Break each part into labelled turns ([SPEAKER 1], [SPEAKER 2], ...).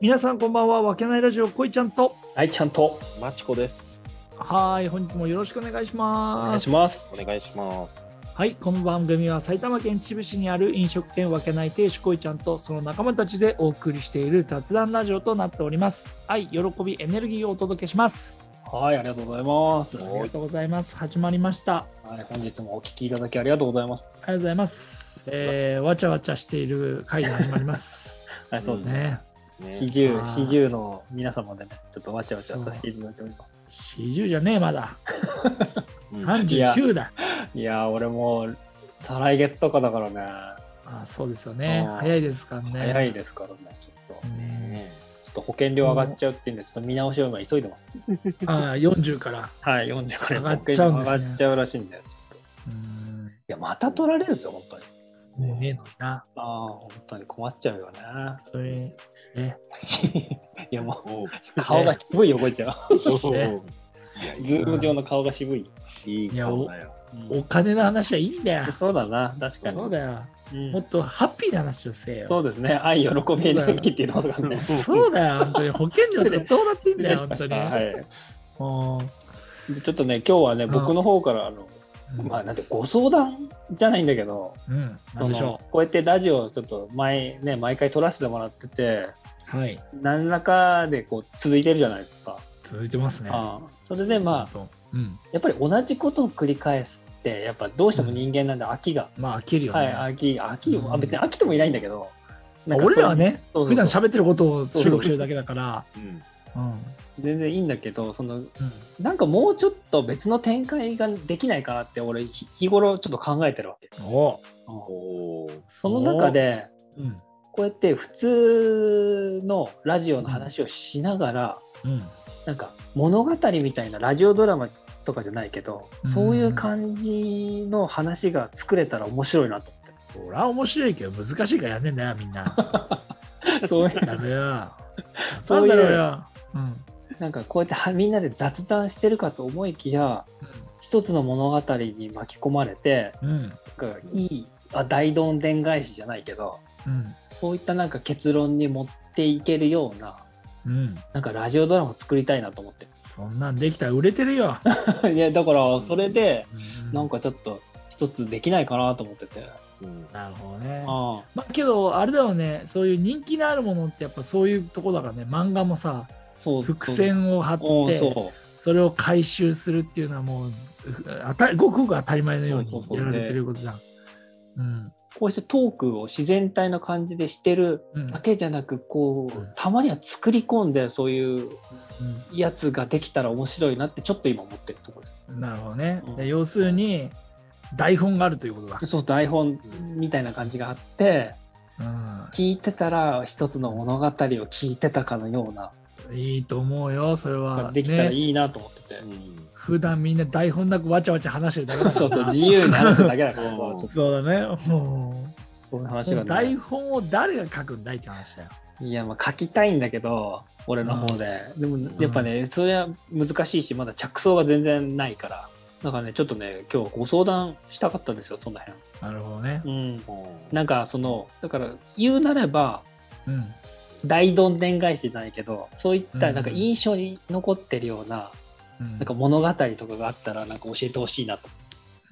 [SPEAKER 1] 皆さんこんばんは。わけないラジオ、こいちゃんと。
[SPEAKER 2] はい、ちゃんと
[SPEAKER 3] マチコです。
[SPEAKER 1] はい、本日もよろしくお願いし
[SPEAKER 2] お
[SPEAKER 1] ます。
[SPEAKER 2] 願いします。
[SPEAKER 3] お願いします。
[SPEAKER 1] はい、この番組は埼玉県秩父市にある飲食店わけない亭主こいちゃんとその仲間たちでお送りしている雑談ラジオとなっております。愛、喜び、エネルギーをお届けします。
[SPEAKER 2] はい、ありがとうございます。
[SPEAKER 1] ありがとうございます。始まりました。
[SPEAKER 2] はい、本日もお聞きいただきありがとうございます。
[SPEAKER 1] ありがとうございます。えー、わちゃわちゃしている回が始まり ます。
[SPEAKER 2] はい、そうですね。
[SPEAKER 1] ね、
[SPEAKER 2] 四
[SPEAKER 3] ね、
[SPEAKER 2] 十
[SPEAKER 1] はい
[SPEAKER 2] 四十の皆様でね、ちょっとわちゃわちゃさせていただいております。
[SPEAKER 1] 40じゃねえ、まだ。
[SPEAKER 3] うん
[SPEAKER 1] 39だ。
[SPEAKER 2] いやー、俺もう再来月とかだからね、
[SPEAKER 1] あそうですよね
[SPEAKER 2] あ。ー
[SPEAKER 1] 早いですからね。
[SPEAKER 2] 早いですからね、ちょっと。
[SPEAKER 1] ね
[SPEAKER 3] ね
[SPEAKER 2] ちょっと保険料上がっちゃうっていうんで、ちょっと見直しを今急いでます。
[SPEAKER 1] ああ40から。
[SPEAKER 2] はい、四十から
[SPEAKER 1] 上がっ
[SPEAKER 2] 保険
[SPEAKER 1] ちゃ
[SPEAKER 2] 料
[SPEAKER 1] うんですね
[SPEAKER 2] 上がっちゃうらしいんで、ちょっと。
[SPEAKER 1] ー
[SPEAKER 2] いう
[SPEAKER 1] ん
[SPEAKER 2] や、また取られるんですよ、本当に。
[SPEAKER 1] もうねえのにな。
[SPEAKER 2] ああ、本当に困っちゃう よ
[SPEAKER 1] それ、ね、
[SPEAKER 2] ね。いや、も
[SPEAKER 3] おう
[SPEAKER 2] う顔が渋いよ、こいちゃん。
[SPEAKER 3] おういやい
[SPEAKER 2] ズーム上の顔が渋い。
[SPEAKER 3] いいい顔だよ。
[SPEAKER 1] お金の話はいいんだよ。
[SPEAKER 2] そうだな、確かに。
[SPEAKER 1] そうだよ。
[SPEAKER 2] うん
[SPEAKER 1] もっとハッピーな話をせよ。
[SPEAKER 2] そうですね、愛、喜び、エネルギーっていうのがあるね。
[SPEAKER 1] そうだよ、本当に。保険料ってどうなっていいんだ よ、本当に。
[SPEAKER 2] はい
[SPEAKER 1] も
[SPEAKER 2] でちょっとね、今日はね、僕の方から、あの、
[SPEAKER 1] う、うん
[SPEAKER 2] まあ、なんて、ご相談じゃないんだけど、
[SPEAKER 1] うん、な
[SPEAKER 2] そ
[SPEAKER 1] んで
[SPEAKER 2] の
[SPEAKER 1] しょ
[SPEAKER 2] こうやってラジオをちょっと前、ね、毎回撮らせてもらってて、
[SPEAKER 1] う。はい。
[SPEAKER 2] 何らかでこう続いてるじゃないですか。
[SPEAKER 1] 続いてますね。
[SPEAKER 2] ああそれでまあ、
[SPEAKER 1] あ、うん。
[SPEAKER 2] やっぱり同じことを繰り返すって、やっぱどうしても人間なんで飽きが。
[SPEAKER 1] まあ、飽きるよね。
[SPEAKER 2] はい、飽き、飽き、
[SPEAKER 1] うん
[SPEAKER 2] あ別に飽きてもいないんだけど、なんか
[SPEAKER 1] 俺らはね、
[SPEAKER 2] そうそうそう
[SPEAKER 1] 普段喋ってることを収録してるだけだから、
[SPEAKER 3] うん。
[SPEAKER 1] うん。うん
[SPEAKER 2] 全然いいんだけど、その、なんかもうちょっと別の展開ができないかなって俺日日頃ちょっと考えてるわけ。
[SPEAKER 1] お
[SPEAKER 3] おお。
[SPEAKER 2] その中で
[SPEAKER 1] うん。
[SPEAKER 2] こうやって普通のラジオの話をしながら、
[SPEAKER 1] うん。
[SPEAKER 2] なんか物語みたいなラジオドラマとかじゃないけど、
[SPEAKER 1] うん
[SPEAKER 2] そういう感じの話が作れたら面白いなと思っ
[SPEAKER 1] そりゃ面白いけど、難しいからやんねんだよ、みんな。
[SPEAKER 2] て。そういう
[SPEAKER 1] ダメよ。そ
[SPEAKER 2] そうういう
[SPEAKER 1] だろうよ。うん。
[SPEAKER 2] なんかこうやってはみんなで雑談してるかと思いきや一つの物語に巻き込まれて
[SPEAKER 1] うん。
[SPEAKER 2] なんかいいあ大どんでん返しじゃないけど
[SPEAKER 1] うん。
[SPEAKER 2] そういったなんか結論に持っていけるような、
[SPEAKER 1] うん。
[SPEAKER 2] なんかラジオドラマを作りたいなと思って
[SPEAKER 1] そんなんできたら売れてるよ。
[SPEAKER 2] る。いや、だから、それで、
[SPEAKER 1] うん
[SPEAKER 2] なんかちょっと、一つできないかなと思ってて。
[SPEAKER 3] うん。
[SPEAKER 1] なるほどね。
[SPEAKER 2] あ
[SPEAKER 1] まあけど、あれだよね、そういう人気のあるものってやっぱそういうとこだからね、漫画もさ、
[SPEAKER 2] あ、そう。
[SPEAKER 1] 伏線を張
[SPEAKER 2] お
[SPEAKER 1] っ
[SPEAKER 2] ー
[SPEAKER 1] て、
[SPEAKER 2] そ
[SPEAKER 1] それを回収するっていうのはもう、あたごくごく当たり前のよう
[SPEAKER 2] そう
[SPEAKER 1] に
[SPEAKER 2] そう
[SPEAKER 1] や
[SPEAKER 2] そう
[SPEAKER 1] られてることじゃん。うん。
[SPEAKER 2] う。こうしてトークを自然体な感じでしてる
[SPEAKER 1] うん。
[SPEAKER 2] だけじゃなく、こ
[SPEAKER 1] うん
[SPEAKER 2] う、たまには作り込んで、そういうやつができたら面白いなって、ちょっと今思ってるところで
[SPEAKER 1] うんなるほどね。
[SPEAKER 2] うん
[SPEAKER 1] で要するに、台本があるということだ。
[SPEAKER 2] す。そう、台本みたいな感じがあって、
[SPEAKER 1] うん。
[SPEAKER 2] 聞いてたら、一つの物語を聞いてたかのような、
[SPEAKER 1] いいと思うよ、それは。
[SPEAKER 2] できたら
[SPEAKER 1] ね
[SPEAKER 2] いいなと思ってて。
[SPEAKER 3] うん。
[SPEAKER 1] 普段みんな台本なくわちゃわちゃ話してるだけだか
[SPEAKER 2] そ
[SPEAKER 1] ら
[SPEAKER 2] う
[SPEAKER 1] な
[SPEAKER 2] そう、自由に話すだけだから、
[SPEAKER 3] うん
[SPEAKER 2] そうちょっと
[SPEAKER 1] そうだね。も
[SPEAKER 2] そういう
[SPEAKER 1] う
[SPEAKER 2] 話
[SPEAKER 1] その
[SPEAKER 2] が
[SPEAKER 1] 台
[SPEAKER 2] ね。
[SPEAKER 1] 本を誰が書くんだいって話だよ。
[SPEAKER 2] いや、まあ書きたいんだけど、俺の方で。でも、やっぱね、それは難しいし、まだ着想が全然ないから。だからね、ちょっとね、今日ご相談したかったんですよ、その辺。
[SPEAKER 1] なるほどね。
[SPEAKER 2] うん。なんか、その、だから、言うなれば、
[SPEAKER 1] うん。
[SPEAKER 2] 大どんでん返しじゃないけど、そういったなんか
[SPEAKER 1] うん
[SPEAKER 2] 印象に残ってるような、
[SPEAKER 1] うん
[SPEAKER 2] なんか物語とかがあったら、なんか教えてほしいなと。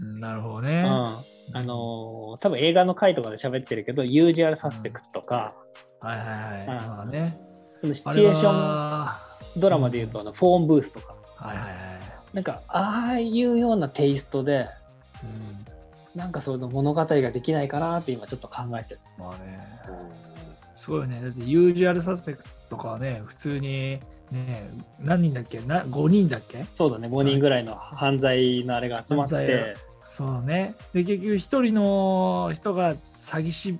[SPEAKER 1] うんなるほど
[SPEAKER 2] う
[SPEAKER 1] ね
[SPEAKER 2] ん。。あのー多分映画の回とかで喋ってるけど、ユージュアルサスペクトとか、
[SPEAKER 1] はいはいはい。
[SPEAKER 2] うん
[SPEAKER 1] まあね。
[SPEAKER 2] そのシチ
[SPEAKER 1] あ
[SPEAKER 2] ュ
[SPEAKER 1] れ
[SPEAKER 2] エー
[SPEAKER 1] は
[SPEAKER 2] ションドラマでいうとあのフォーンブースとか
[SPEAKER 1] はいはいはい。
[SPEAKER 2] なんかああいうようなテイストで
[SPEAKER 1] うん
[SPEAKER 2] なんかその物語ができないかなって今ちょっと考えてる
[SPEAKER 1] まあね。
[SPEAKER 3] う
[SPEAKER 1] すごいよね。だってユージュアルサスペクトとかはね、普通に、ね、何人だっけな ?5 人だっけ
[SPEAKER 2] そうだね5人ぐらいの犯罪のあれが集まっ
[SPEAKER 1] 犯罪
[SPEAKER 2] て
[SPEAKER 1] そうね。で、結局一人の人が詐欺師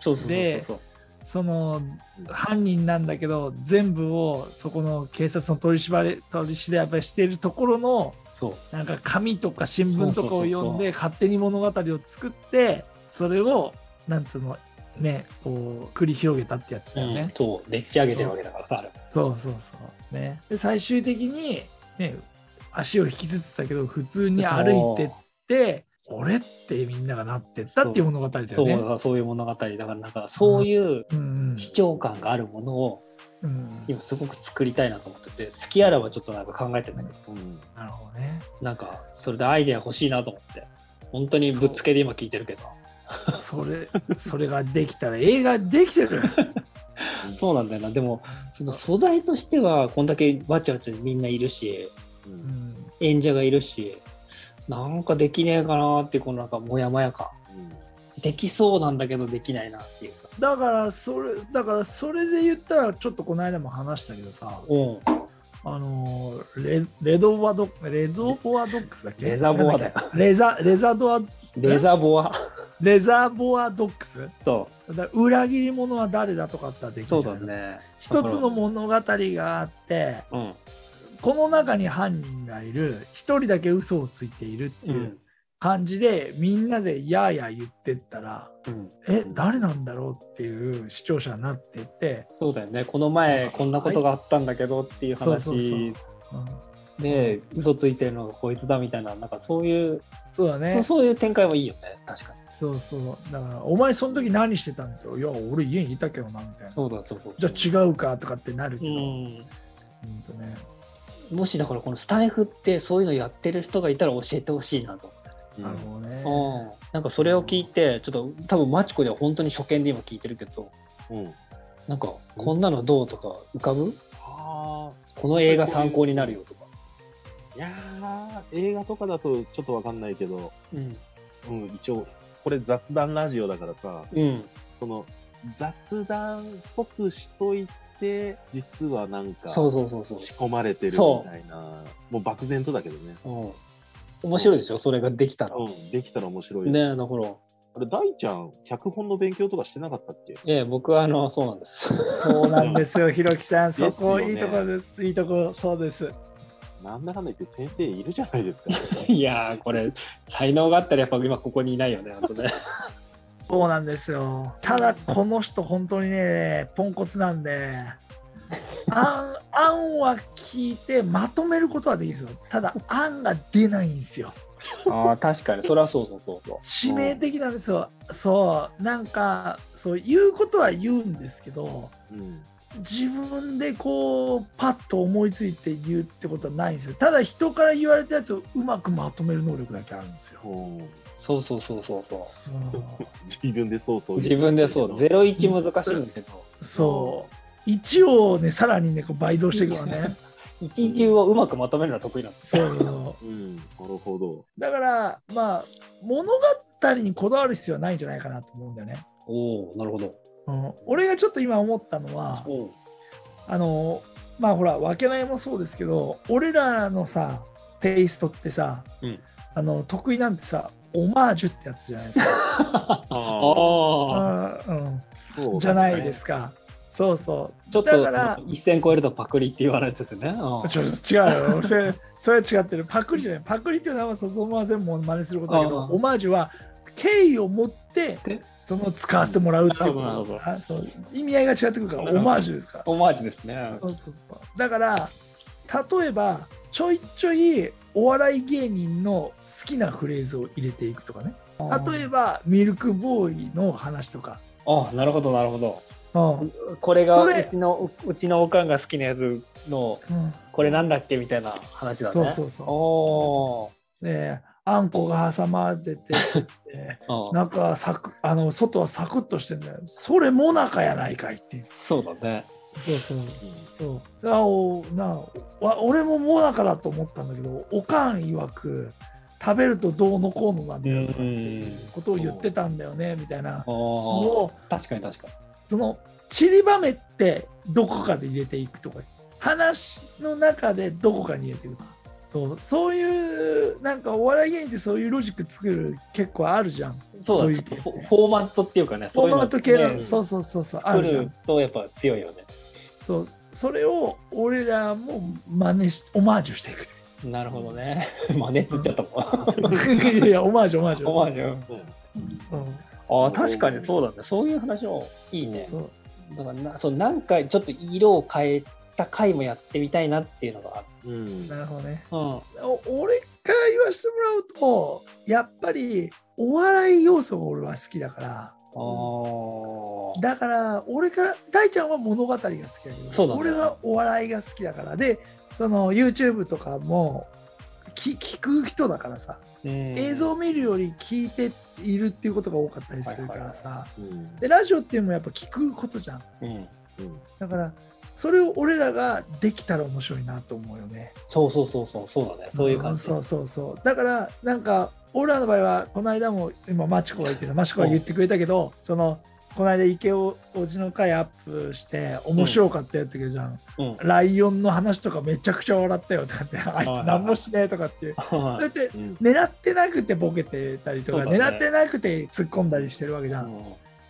[SPEAKER 2] そうそうそうそう
[SPEAKER 1] その犯人なんだけど全部をそこの警察の取り締まり取り調べしているところの
[SPEAKER 2] そう
[SPEAKER 1] なんか紙とか新聞とかを
[SPEAKER 2] そうそうそうそう
[SPEAKER 1] 読んで勝手に物語を作ってそれをなんつうのねこう繰り広げたってやつだよ
[SPEAKER 2] うん
[SPEAKER 1] ね、
[SPEAKER 2] そうでっち上げてるわけだからさあれ
[SPEAKER 1] そうそうそうねで最終的にね足を引きずってたけど普通に歩いてって俺ってみんながなってったっていう物語だ
[SPEAKER 2] そ
[SPEAKER 1] よ
[SPEAKER 2] う
[SPEAKER 1] ね
[SPEAKER 2] そうそういう物語だからなんかそういう
[SPEAKER 1] うんうん
[SPEAKER 2] 視聴感があるものを
[SPEAKER 1] うん、
[SPEAKER 2] 今すごく作りたいなと思ってて好きあらばちょっとなんか考えてんだけど
[SPEAKER 3] うん
[SPEAKER 1] なるほどね。
[SPEAKER 2] なんかそれでアイデア欲しいなと思って本当にぶっつけで今聞いてるけど
[SPEAKER 1] それ、それができたら映画できてる。
[SPEAKER 2] そうなんだよなでもその素材としてはこんだけわちゃわちゃみんないるし
[SPEAKER 3] う
[SPEAKER 1] うんん、
[SPEAKER 2] 演者がいるしなんかできねえかなってこのなんかモヤモヤ感できそうなんだけどできないなっていうさ
[SPEAKER 1] だから、それ、だから、それで言ったら、ちょっとこの間も話したけどさ、
[SPEAKER 2] うん
[SPEAKER 1] あのーレレドボアドレドボアドックスだっけ
[SPEAKER 2] レザボアだよ
[SPEAKER 1] なんっけレザレザドア
[SPEAKER 2] レザーボア
[SPEAKER 1] レザボアドックス
[SPEAKER 2] そ
[SPEAKER 1] だから裏切り者は誰だとかってで
[SPEAKER 2] う
[SPEAKER 1] き
[SPEAKER 2] そ
[SPEAKER 1] る
[SPEAKER 2] う
[SPEAKER 1] じゃ
[SPEAKER 2] だ
[SPEAKER 1] ない
[SPEAKER 2] ね
[SPEAKER 1] 一つの物語があって
[SPEAKER 2] うん
[SPEAKER 1] この中に犯人がいる一人だけ嘘をついているって
[SPEAKER 2] う
[SPEAKER 1] いうん感じで、みんなでやーやー言ってったら
[SPEAKER 2] うん
[SPEAKER 1] え誰なんだろうっていう視聴者になってって、
[SPEAKER 2] そうだよねこの前こんなことがあったんだけどっていう
[SPEAKER 1] そうそうそう
[SPEAKER 2] 話
[SPEAKER 1] うん
[SPEAKER 2] で嘘ついてるのがこいつだみたいななんかそういう
[SPEAKER 1] そうだ
[SPEAKER 2] そう
[SPEAKER 1] ね
[SPEAKER 2] そういう展開はいいよね確かに
[SPEAKER 1] そうそうだからお前その時何してたんだよいや俺家にいたけどなみたいな
[SPEAKER 2] そうだそうそう
[SPEAKER 1] じゃあ違うかとかってなるけ
[SPEAKER 2] う
[SPEAKER 1] ど、うん
[SPEAKER 2] ん
[SPEAKER 1] とね、
[SPEAKER 2] もしだからこのスタイフってそういうのやってる人がいたら教えてほしいなと
[SPEAKER 1] なるほどね。
[SPEAKER 2] 思って、うん、なんかそれを聞いてちょっと多分マチコでは本当に初見で今聞いてるけど
[SPEAKER 3] うん
[SPEAKER 2] なんかこんなのどうとか浮かぶ
[SPEAKER 3] あ
[SPEAKER 2] この映画参考になるよとか、
[SPEAKER 3] ーいやー映画とかだとちょっとわかんないけど、
[SPEAKER 2] うん
[SPEAKER 3] うん、一応これ雑談ラジオだからさ
[SPEAKER 2] うん、
[SPEAKER 3] その雑談っぽくしといて実はなんか
[SPEAKER 2] そうそうそうそう
[SPEAKER 3] 仕込まれてる
[SPEAKER 2] そう
[SPEAKER 3] みたいなもう漠然とだけどね、
[SPEAKER 2] うん、面白いでしょそれができたら。
[SPEAKER 3] うん、できたら面白いよ
[SPEAKER 2] ねえだから、
[SPEAKER 3] あれ大ちゃん脚本の勉強とかしてなかったっけ
[SPEAKER 2] ええ、僕はあのそうなんです。
[SPEAKER 1] そうなんですよ、ひろきさん。
[SPEAKER 3] ですよ
[SPEAKER 1] そ
[SPEAKER 3] ね
[SPEAKER 1] こ、いいとこです。いいとこ、そうです。
[SPEAKER 3] なんだかんだ言って先生いるじゃな いですか
[SPEAKER 2] いやーこれ才能があったらやっぱ今ここにいないよね。本当ね
[SPEAKER 1] そうなんですよ。ただ、この人、本当にね、ポンコツなんで、案案は聞いて、まとめることはできるんですよ。ただ、案が出ないんですよ。
[SPEAKER 2] ああ確かにそれはそうそうそうそ
[SPEAKER 1] 致命的なんですよ。そう、なんか、そう、言うことは言うんですけど、
[SPEAKER 3] うん
[SPEAKER 1] 自分でこうパッと思いついて言うってことはないんですよただ人から言われたやつをうまくまとめる能力だけあるんですよ
[SPEAKER 3] こう
[SPEAKER 2] う。そうそうそうそうそ。
[SPEAKER 1] そう
[SPEAKER 3] 自分でそうそうう
[SPEAKER 2] 自分でそうゼ
[SPEAKER 3] 全
[SPEAKER 2] ロ一難しいんだけど、
[SPEAKER 1] そう一応ねさらにねこう倍増していくのね
[SPEAKER 2] 一中をうまくまとめるのは得意なんで
[SPEAKER 1] そ
[SPEAKER 2] す。
[SPEAKER 1] うそう
[SPEAKER 3] うんなるほど
[SPEAKER 1] だからまあ物語にこだわる必要はないんじゃないかなと思うんだよね、
[SPEAKER 2] おおなるほど。
[SPEAKER 1] うん、俺がちょっと今思ったのは
[SPEAKER 2] お
[SPEAKER 1] あのまあほら分けないもそうですけど俺らのさテイストってさ、
[SPEAKER 2] うん
[SPEAKER 1] あの得意なんてさオマージュってやつじゃないですか
[SPEAKER 3] あ
[SPEAKER 2] ああ
[SPEAKER 1] あーうん
[SPEAKER 3] あ
[SPEAKER 1] じゃないですか。そうそう。
[SPEAKER 2] ちょっ
[SPEAKER 1] だから
[SPEAKER 2] と、一線超えるとパクリって言われるんですよ ね。うん
[SPEAKER 1] ちょっと違うよ。それそれは違ってる。パクリじゃない。パクリっていうのはそのまま全部真似することだけど、
[SPEAKER 2] あー
[SPEAKER 1] オマージュは敬意を持って
[SPEAKER 2] え、
[SPEAKER 1] その使わせてもらうっていうこ
[SPEAKER 2] なるほど
[SPEAKER 1] と
[SPEAKER 2] なる
[SPEAKER 1] あそう意味合いが違ってくるから、オマージュですから。
[SPEAKER 2] オマージュですね。
[SPEAKER 1] そうそうそうだから、例えば、ちょいちょいお笑い芸人の好きなフレーズを入れていくとかね。例えば、ミルクボーイの話とか。
[SPEAKER 2] ああなるほどなるほど。
[SPEAKER 1] うん
[SPEAKER 2] これが
[SPEAKER 1] それ
[SPEAKER 2] うちのううちのおかんが好きなやつの
[SPEAKER 1] うん
[SPEAKER 2] これなんだっけみたいな話だね。
[SPEAKER 1] そうそうそう
[SPEAKER 2] お
[SPEAKER 1] であんこが挟まれててえ
[SPEAKER 2] ーうん
[SPEAKER 1] 中はサクあの外はサクッとしてんだよそれもなかやないかいっていう
[SPEAKER 2] そうだね。
[SPEAKER 1] そうそうそうあおなわ俺ももなかだと思ったんだけどおかん曰く食べるとどうのこうのなんだよとかっていうことを言ってたんだよねみたいなの
[SPEAKER 2] おお
[SPEAKER 1] を
[SPEAKER 2] 確かに確か
[SPEAKER 1] その散りばめってどこかで入れていくとか話の中でどこかに入れていくとかそうそういうなんかお笑い芸人ってそういうロジック作る結構あるじゃん
[SPEAKER 2] に。そうだ
[SPEAKER 1] そう
[SPEAKER 2] ね
[SPEAKER 1] いう
[SPEAKER 2] フォフォーマットっていうかね、
[SPEAKER 1] フ
[SPEAKER 2] そ
[SPEAKER 1] ォ
[SPEAKER 2] うい
[SPEAKER 1] ー
[SPEAKER 2] う
[SPEAKER 1] マ
[SPEAKER 2] の
[SPEAKER 1] ット系の、
[SPEAKER 2] ね
[SPEAKER 1] そうそうそうそうあ
[SPEAKER 2] 作
[SPEAKER 1] るじゃ
[SPEAKER 2] る
[SPEAKER 1] ん
[SPEAKER 2] とやっぱ強いよね。
[SPEAKER 1] そうそれを俺らも真似しオマージュしていく
[SPEAKER 2] なるほどね。 まあねつっちゃったも ん。
[SPEAKER 1] いやいやオマージュオマージュ
[SPEAKER 2] オマージュ。
[SPEAKER 1] うん
[SPEAKER 2] ああ確かにそうだね。そういう話もいいね。
[SPEAKER 1] そう
[SPEAKER 2] だからなそう何回ちょっと色を変えた回もやってみたいなっていうのがある。
[SPEAKER 3] うんうん
[SPEAKER 1] なるほどね
[SPEAKER 2] うん
[SPEAKER 1] お俺から言わせてもらうとやっぱりお笑い要素が俺は好きだから
[SPEAKER 2] あー
[SPEAKER 1] だから俺から大ちゃんは物語が好きだけど
[SPEAKER 2] そうだね
[SPEAKER 1] 俺はお笑いが好きだからでその YouTube とかもき聞く人だからさ
[SPEAKER 2] うん
[SPEAKER 1] 映像を見るより聞いているっていうことが多かったりするからさ、
[SPEAKER 3] うん
[SPEAKER 1] でラジオっていうのもやっぱ聞くことじゃん
[SPEAKER 2] うん
[SPEAKER 3] うん
[SPEAKER 1] だからそれを俺らができたら面白いなと思うよね
[SPEAKER 2] そうそうそうそうそうだねそういう感じ
[SPEAKER 1] んそうそうそうだからなんか俺らの場合はこの間も今マチコが言ってたマチコが言ってくれたけどそのこの間池尾おじの回アップして面白かったやつけどじゃん、
[SPEAKER 2] うん
[SPEAKER 1] ライオンの話とかめちゃくちゃ笑ったよとかってあいつ何もしねえとかっていうそれ
[SPEAKER 2] は
[SPEAKER 1] っ
[SPEAKER 2] い
[SPEAKER 1] て
[SPEAKER 3] うん
[SPEAKER 1] 狙ってなくてボケてたりとか、
[SPEAKER 2] そうだ
[SPEAKER 1] 狙
[SPEAKER 2] ね
[SPEAKER 1] ってなくて突っ込んだりしてるわけじゃん、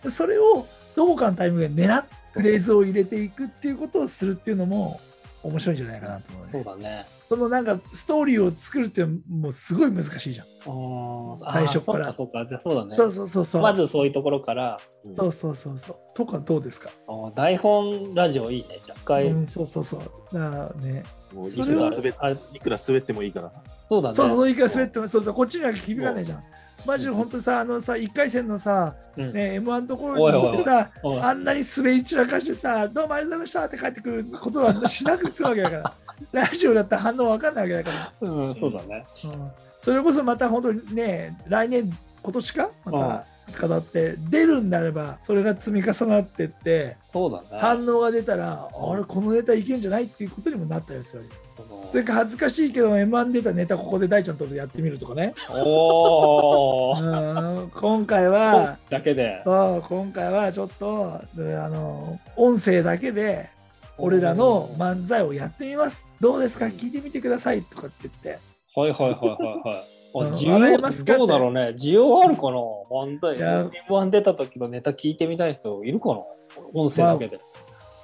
[SPEAKER 2] うん
[SPEAKER 1] それをどこかのタイミングで狙っフレーズを入れていくっていうことをするっていうのも面白いんじゃないかなと思うね
[SPEAKER 2] そうだね
[SPEAKER 1] そのなんかストーリーを作るってもうすごい難しいじゃん、
[SPEAKER 2] あーあ
[SPEAKER 1] 最初から
[SPEAKER 2] ーそうかそうかじゃあそうだね
[SPEAKER 1] そうそうそうそう、
[SPEAKER 2] まずそういうところから
[SPEAKER 3] うん
[SPEAKER 1] そうそうそうそうとかどうですか、
[SPEAKER 2] あー台本ラジオいいね若干、
[SPEAKER 1] うんそうそうそうだからね
[SPEAKER 3] もうい
[SPEAKER 2] ちょっ
[SPEAKER 1] それ
[SPEAKER 3] く
[SPEAKER 1] は
[SPEAKER 3] ら
[SPEAKER 2] と
[SPEAKER 3] 滑っ
[SPEAKER 2] あれ
[SPEAKER 3] いくら滑ってもいいから。
[SPEAKER 2] そうだね
[SPEAKER 1] そうそういいから滑ってもそうそうこっちには響かないじゃんマジで本当さあのさ1回戦のさ、
[SPEAKER 2] うん
[SPEAKER 1] ね、m 1のところに行ってさ
[SPEAKER 2] おい
[SPEAKER 1] あんなに滑り散らかしてさ、どうもありがとうございましたって帰ってくることなんてしなくて済むわけだ から、ラジオだったら反応わかんないわけだか
[SPEAKER 2] うん、そうだね。
[SPEAKER 1] ら、うんそれこそまた本当にね、来年、今年か、また語って、出るんなれば、それが積み重なってって、
[SPEAKER 2] そうだね。
[SPEAKER 1] 反応が出たら、あれ、このネタいけんじゃないっていうことにもなったりするわけ
[SPEAKER 2] その
[SPEAKER 1] それか恥ずかしいけど、M1 出たネタ、ここで大ちゃんとやってみるとかね、
[SPEAKER 2] お
[SPEAKER 1] う
[SPEAKER 2] ー
[SPEAKER 1] ん今回は。
[SPEAKER 2] だけで。
[SPEAKER 1] そう今回はちょっとであの音声だけで俺らの漫才をやってみますどうですか聞いてみてくださいとかって言って
[SPEAKER 2] はいはいはいはい はい。あ
[SPEAKER 1] うん
[SPEAKER 2] 需
[SPEAKER 1] 笑えますかっ
[SPEAKER 2] 要
[SPEAKER 1] て
[SPEAKER 2] どうだろうね。需要あるかな漫才。
[SPEAKER 1] いや
[SPEAKER 2] M1 出た時のネタ聞いてみたい人いるかな音声だけで。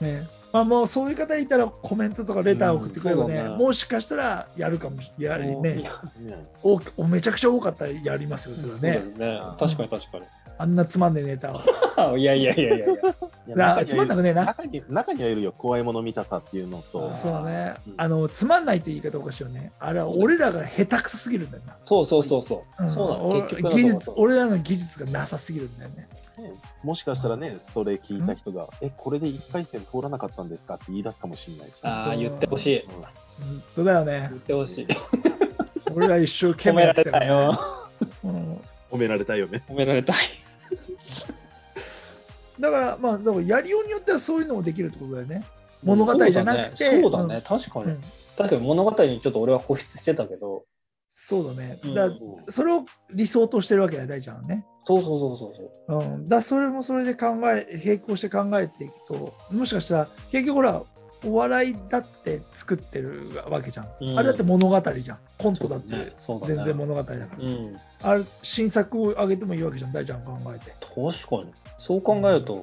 [SPEAKER 1] ねまあもうそういう方いたらコメントとかレター送ってくればね、
[SPEAKER 2] うんそうだね
[SPEAKER 1] もしかしたらやるかもしれない
[SPEAKER 2] うん
[SPEAKER 1] ね
[SPEAKER 3] ね
[SPEAKER 1] おおめちゃくちゃ多かったらやりますよそれ
[SPEAKER 2] そう
[SPEAKER 1] は
[SPEAKER 2] だよ
[SPEAKER 1] ね
[SPEAKER 2] ね。確かに確
[SPEAKER 1] あんなつまんねえネタを
[SPEAKER 2] かに。いやいやいやいやいや。
[SPEAKER 3] いや
[SPEAKER 1] な
[SPEAKER 3] 中にはいる
[SPEAKER 1] つまんなくねえな
[SPEAKER 3] 中に中にはいるよ、怖いもの見たさっていうのと、
[SPEAKER 1] そうね
[SPEAKER 3] うん
[SPEAKER 1] あのつまんないって言い方おかしいよねあれは俺らが下手くそすぎるんだよな
[SPEAKER 2] そうそうそうそう。
[SPEAKER 1] ん
[SPEAKER 2] そうなの。結
[SPEAKER 1] 俺技
[SPEAKER 2] 局なんか
[SPEAKER 1] 術俺らの技術がなさすぎるんだよね
[SPEAKER 3] もしかしたらね、それ聞いた人が、え、これで1回戦通らなかったんですかって言い出すかもしれないし。
[SPEAKER 2] ああ、言ってほしい。
[SPEAKER 3] うん
[SPEAKER 1] 本当だよね
[SPEAKER 2] 言って ほしい。
[SPEAKER 1] 俺ら一生懸
[SPEAKER 2] 褒
[SPEAKER 1] 命
[SPEAKER 2] め
[SPEAKER 1] や
[SPEAKER 2] ら
[SPEAKER 1] って
[SPEAKER 2] れ
[SPEAKER 1] たか
[SPEAKER 2] た
[SPEAKER 1] らね
[SPEAKER 2] よ。
[SPEAKER 1] うん
[SPEAKER 3] 褒められたいよね。
[SPEAKER 2] 褒められたい。
[SPEAKER 1] だからまあだからやりようによってはそういうのもできるってことだよね。物語じゃなくて
[SPEAKER 2] そうだね。そうだね確か
[SPEAKER 1] う
[SPEAKER 2] に
[SPEAKER 1] ん。
[SPEAKER 2] 確かに物語にちょっと俺は固執してたけど。
[SPEAKER 1] そうだね。
[SPEAKER 2] うん
[SPEAKER 1] だからそれを理想としてるわけだよ大ちゃんはね。
[SPEAKER 2] そうそうそうそう
[SPEAKER 1] うん、だからそれもそれで考え並行して考えていくともしかしたら結局ほらお笑いだって作ってるわけじゃん、
[SPEAKER 2] うん
[SPEAKER 1] あれだって物語じゃんコントだって
[SPEAKER 3] ね
[SPEAKER 2] そう。そう
[SPEAKER 1] 全
[SPEAKER 2] だね
[SPEAKER 1] 然。物語だから、
[SPEAKER 2] うん。
[SPEAKER 1] あれ新作を上げてもいいわけじゃん大ちゃん考えてだか
[SPEAKER 2] 確かに。そう考えると、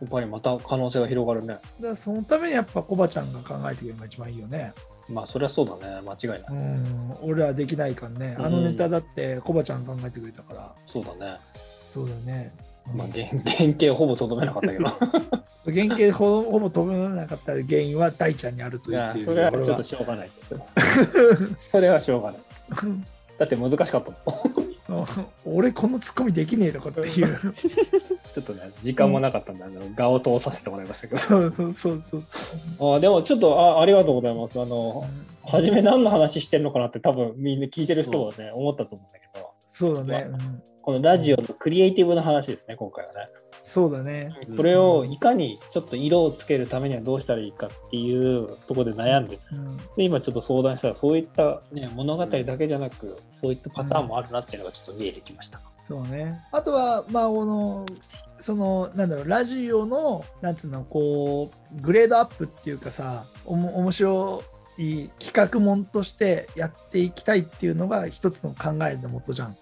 [SPEAKER 2] やっぱりまた可能性が広がるね。
[SPEAKER 1] らそのためにやっぱコバちゃんが考えてくれるのが一番いいよね
[SPEAKER 2] まあ、そりゃそうだね。間違いな
[SPEAKER 1] う
[SPEAKER 2] い。
[SPEAKER 1] ん、俺らできないからね。
[SPEAKER 2] うん
[SPEAKER 1] あのネタだって、コバちゃん考えてくれたから、
[SPEAKER 2] そうだね。
[SPEAKER 1] そうだね。
[SPEAKER 2] まあ、原原型ほぼとどめなかった けど。
[SPEAKER 1] 原型ほほぼ飛ばなかった原因は大ちゃんにあると
[SPEAKER 2] い
[SPEAKER 1] 言
[SPEAKER 2] や
[SPEAKER 1] っている
[SPEAKER 2] それは
[SPEAKER 1] こ
[SPEAKER 2] ち
[SPEAKER 1] れ
[SPEAKER 2] ょっと
[SPEAKER 1] は。
[SPEAKER 2] しょうがないです。 それはしょうがない。だって難しかったもん。
[SPEAKER 1] 俺、このツッコミできねえとかっていう。
[SPEAKER 2] ちょっとね、時間もなかったんで、あの、画を通させてもらいました け
[SPEAKER 1] そうそうそうそう。
[SPEAKER 2] ど。あでも、ちょっとあ、ありがとうございます。あの、初め何の話してんのかなって多分みんな聞いてる人はね、思ったと思うんだけど、
[SPEAKER 1] そうだね、うん
[SPEAKER 2] このラジオのクリエイティブの話ですね、今回はね。
[SPEAKER 1] そうだね。
[SPEAKER 2] これをいかにちょっと色をつけるためにはどうしたらいいかっていうところで悩んで
[SPEAKER 1] うん
[SPEAKER 2] で今ちょっと相談したらそういった、ね、物語だけじゃなくそういったパターンもあるなっていうのがちょっと見えてきました。
[SPEAKER 1] そうね。あとは、まあ、この、その、なんだろう、ラジオの、なんつうの、こう、グレードアップっていうかさ、おも面白い企画もんとしてやっていきたいっていうのが一つの考えのもとじゃん。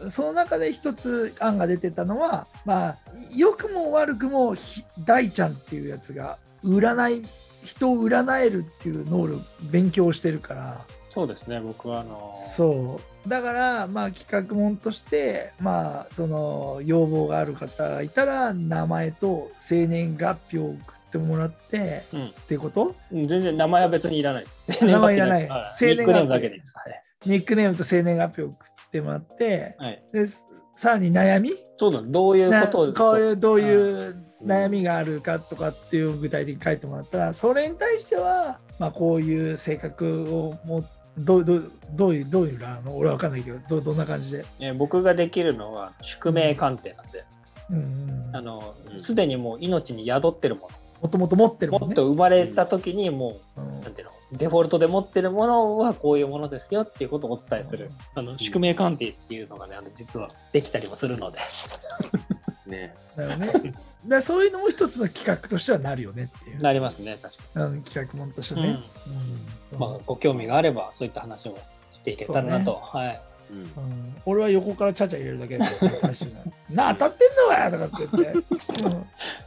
[SPEAKER 2] うん、
[SPEAKER 1] その中で一つ案が出てたのは、まあ、良くも悪くも、ひ大ちゃんっていうやつが、占い、人を占えるっていう能力、勉強してるから、
[SPEAKER 2] そうですね僕はあの
[SPEAKER 1] そうだからまあ企画もんとしてまあその要望がある方がいたら名前と生年月日を送ってもらって
[SPEAKER 2] うん
[SPEAKER 1] ってこと
[SPEAKER 2] うん全然名前は別にいらないです。
[SPEAKER 1] 名前いらない
[SPEAKER 2] は
[SPEAKER 1] 生
[SPEAKER 2] ニ
[SPEAKER 1] 年
[SPEAKER 2] ッ
[SPEAKER 1] 月日
[SPEAKER 2] クネームだけでいいです。はい
[SPEAKER 1] ニックネームと生年月日を送ってもらって、
[SPEAKER 2] はい。
[SPEAKER 1] でさらに悩み
[SPEAKER 2] そうだね、どういう
[SPEAKER 1] な
[SPEAKER 2] ことを。
[SPEAKER 1] こう
[SPEAKER 2] そ
[SPEAKER 1] いううどういう悩みがあるかとかっていう具体的に書いてもらったらそれに対しては、まあ、こういう性格をもどうどうどういうどういうあの俺は分かんないけどどうどんな感じで、
[SPEAKER 2] えー僕ができるのは宿命鑑定なんで、
[SPEAKER 1] うんうん
[SPEAKER 2] あの
[SPEAKER 3] うん
[SPEAKER 2] すでにもう命に宿ってるも
[SPEAKER 1] もともと持ってる
[SPEAKER 2] の、
[SPEAKER 1] もん
[SPEAKER 2] も
[SPEAKER 1] ね。
[SPEAKER 2] っと生まれた時にも
[SPEAKER 1] うん
[SPEAKER 2] う、なんていうの、デフォルトで持ってるものはこういうものですよっていうことをお伝えする、あの宿命鑑定っていうのがね、あの実はできたりもするので、
[SPEAKER 3] ね。
[SPEAKER 1] だよね。だからそういうのも一つの企画としてはなるよねっていう、
[SPEAKER 2] なりますね、確か
[SPEAKER 1] あの企画もんとして
[SPEAKER 2] に。
[SPEAKER 1] ね。うん
[SPEAKER 2] うんまあ、ご興味があれば、そういった話もしていけたらなと。はい
[SPEAKER 1] う
[SPEAKER 3] うん
[SPEAKER 1] ん俺は横からちゃちゃ入れるだけだけど最終的になあ当たってんのかよとかっ て言って、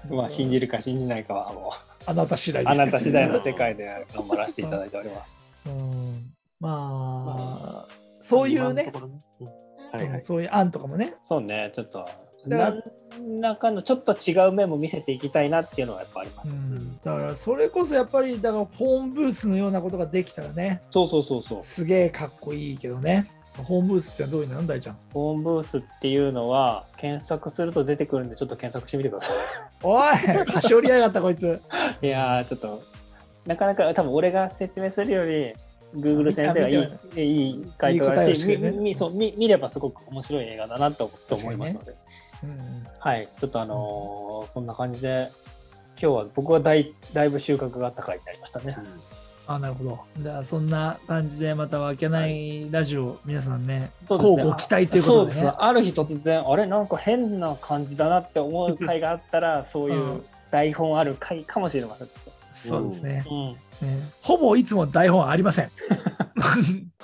[SPEAKER 1] うん
[SPEAKER 2] まあ、信じるか信じないかはも
[SPEAKER 1] あなた次
[SPEAKER 2] う
[SPEAKER 1] 第
[SPEAKER 2] あ
[SPEAKER 1] です
[SPEAKER 2] なた次第の世界で頑張らせていただいております。
[SPEAKER 1] うんまあ、そういうね、
[SPEAKER 3] 今のところねうんはいはい。
[SPEAKER 1] そういう案とかもね、
[SPEAKER 2] そうね、ちょっと、
[SPEAKER 1] だ
[SPEAKER 2] な何らかのちょっと違う面も見せていきたいなっていうのはやっぱあります。
[SPEAKER 1] うんだからそれこそやっぱり、だからホームブースのようなことができたらね、
[SPEAKER 2] そうそうそうそう。
[SPEAKER 1] すげえかっこいいけどね、ホームブースってのはどういうのなんだいちゃん。
[SPEAKER 2] ホームブースっていうのは、検索すると出てくるんで、ちょっと検索してみてくださ
[SPEAKER 1] お い、はし折りやがった、こいつ。
[SPEAKER 2] い。いやー、ちょっと、なかなか多分俺が説明するより、Google 先生が
[SPEAKER 1] 見
[SPEAKER 2] いいいい回答だ
[SPEAKER 1] いい答えを
[SPEAKER 2] し、
[SPEAKER 1] して
[SPEAKER 2] み
[SPEAKER 1] るね
[SPEAKER 2] みそう見見ればすごく面白い映画だなとと思いますので、
[SPEAKER 1] うん
[SPEAKER 2] はい、ちょっとあのーそんな感じで、今日は僕はだいだいぶ収穫があった回になりましたね。
[SPEAKER 1] あなるほど。じゃあ、そんな感じで、またわけないラジオ、皆さんね、
[SPEAKER 2] そ
[SPEAKER 1] こ
[SPEAKER 2] うですね
[SPEAKER 1] うご期待ということで
[SPEAKER 2] そうで
[SPEAKER 1] ね
[SPEAKER 2] す。ある日突然あれなんか変な感じだなって思う回があったらそういううん台本ある回かもしれません、
[SPEAKER 1] そうですね。
[SPEAKER 2] うん、
[SPEAKER 1] ねほぼいつも台本ありま せん。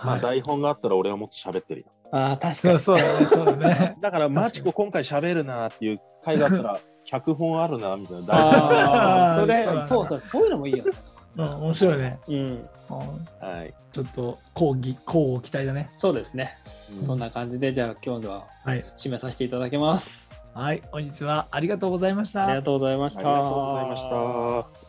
[SPEAKER 3] まあ台本があったら俺はもっと喋ってるよ。
[SPEAKER 2] ああ確 か
[SPEAKER 1] そう
[SPEAKER 2] に
[SPEAKER 1] そうだね、そうだね。
[SPEAKER 3] だから、
[SPEAKER 1] 確かに
[SPEAKER 3] マチコ今回喋るなーっていう回があったら、脚本あるなーみたいな。台本
[SPEAKER 2] ああ
[SPEAKER 1] ー
[SPEAKER 2] それ
[SPEAKER 1] そうだな
[SPEAKER 2] そうそうそういうのもいいよね、
[SPEAKER 1] うん、面白いね。
[SPEAKER 2] うん、
[SPEAKER 1] うん
[SPEAKER 3] はい。
[SPEAKER 1] ちょっと講義、講を期待だね。
[SPEAKER 2] そうですね
[SPEAKER 3] うん
[SPEAKER 2] そんな感じでじゃあ今日は
[SPEAKER 1] はい。
[SPEAKER 2] 締めさせていただきます
[SPEAKER 1] はい、本日はありがとうございました。
[SPEAKER 2] ありがとうございまし
[SPEAKER 3] あ
[SPEAKER 2] た
[SPEAKER 3] りがとうございました。